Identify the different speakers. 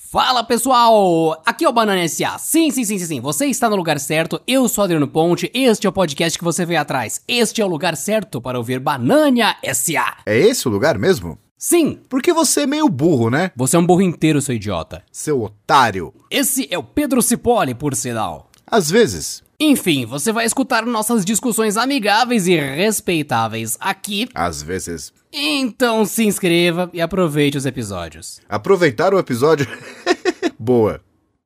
Speaker 1: Fala pessoal, aqui é o Banana SA. Sim, sim, sim, sim, sim, você está no lugar certo. Eu sou Adriano Ponte, este é o podcast que você veio atrás. Este é o lugar certo para ouvir Banana SA.
Speaker 2: É esse o lugar mesmo?
Speaker 1: Sim,
Speaker 2: Porque você é meio burro, né?
Speaker 1: você é um burro inteiro, seu idiota.
Speaker 2: Seu otário.
Speaker 1: Esse é o Pedro Cipolli, por sinal.
Speaker 2: Às vezes.
Speaker 1: Enfim, você vai escutar nossas discussões amigáveis e respeitáveis aqui.
Speaker 2: Às vezes.
Speaker 1: Então se inscreva e aproveite os episódios.
Speaker 2: Aproveitar o episódio. Boa.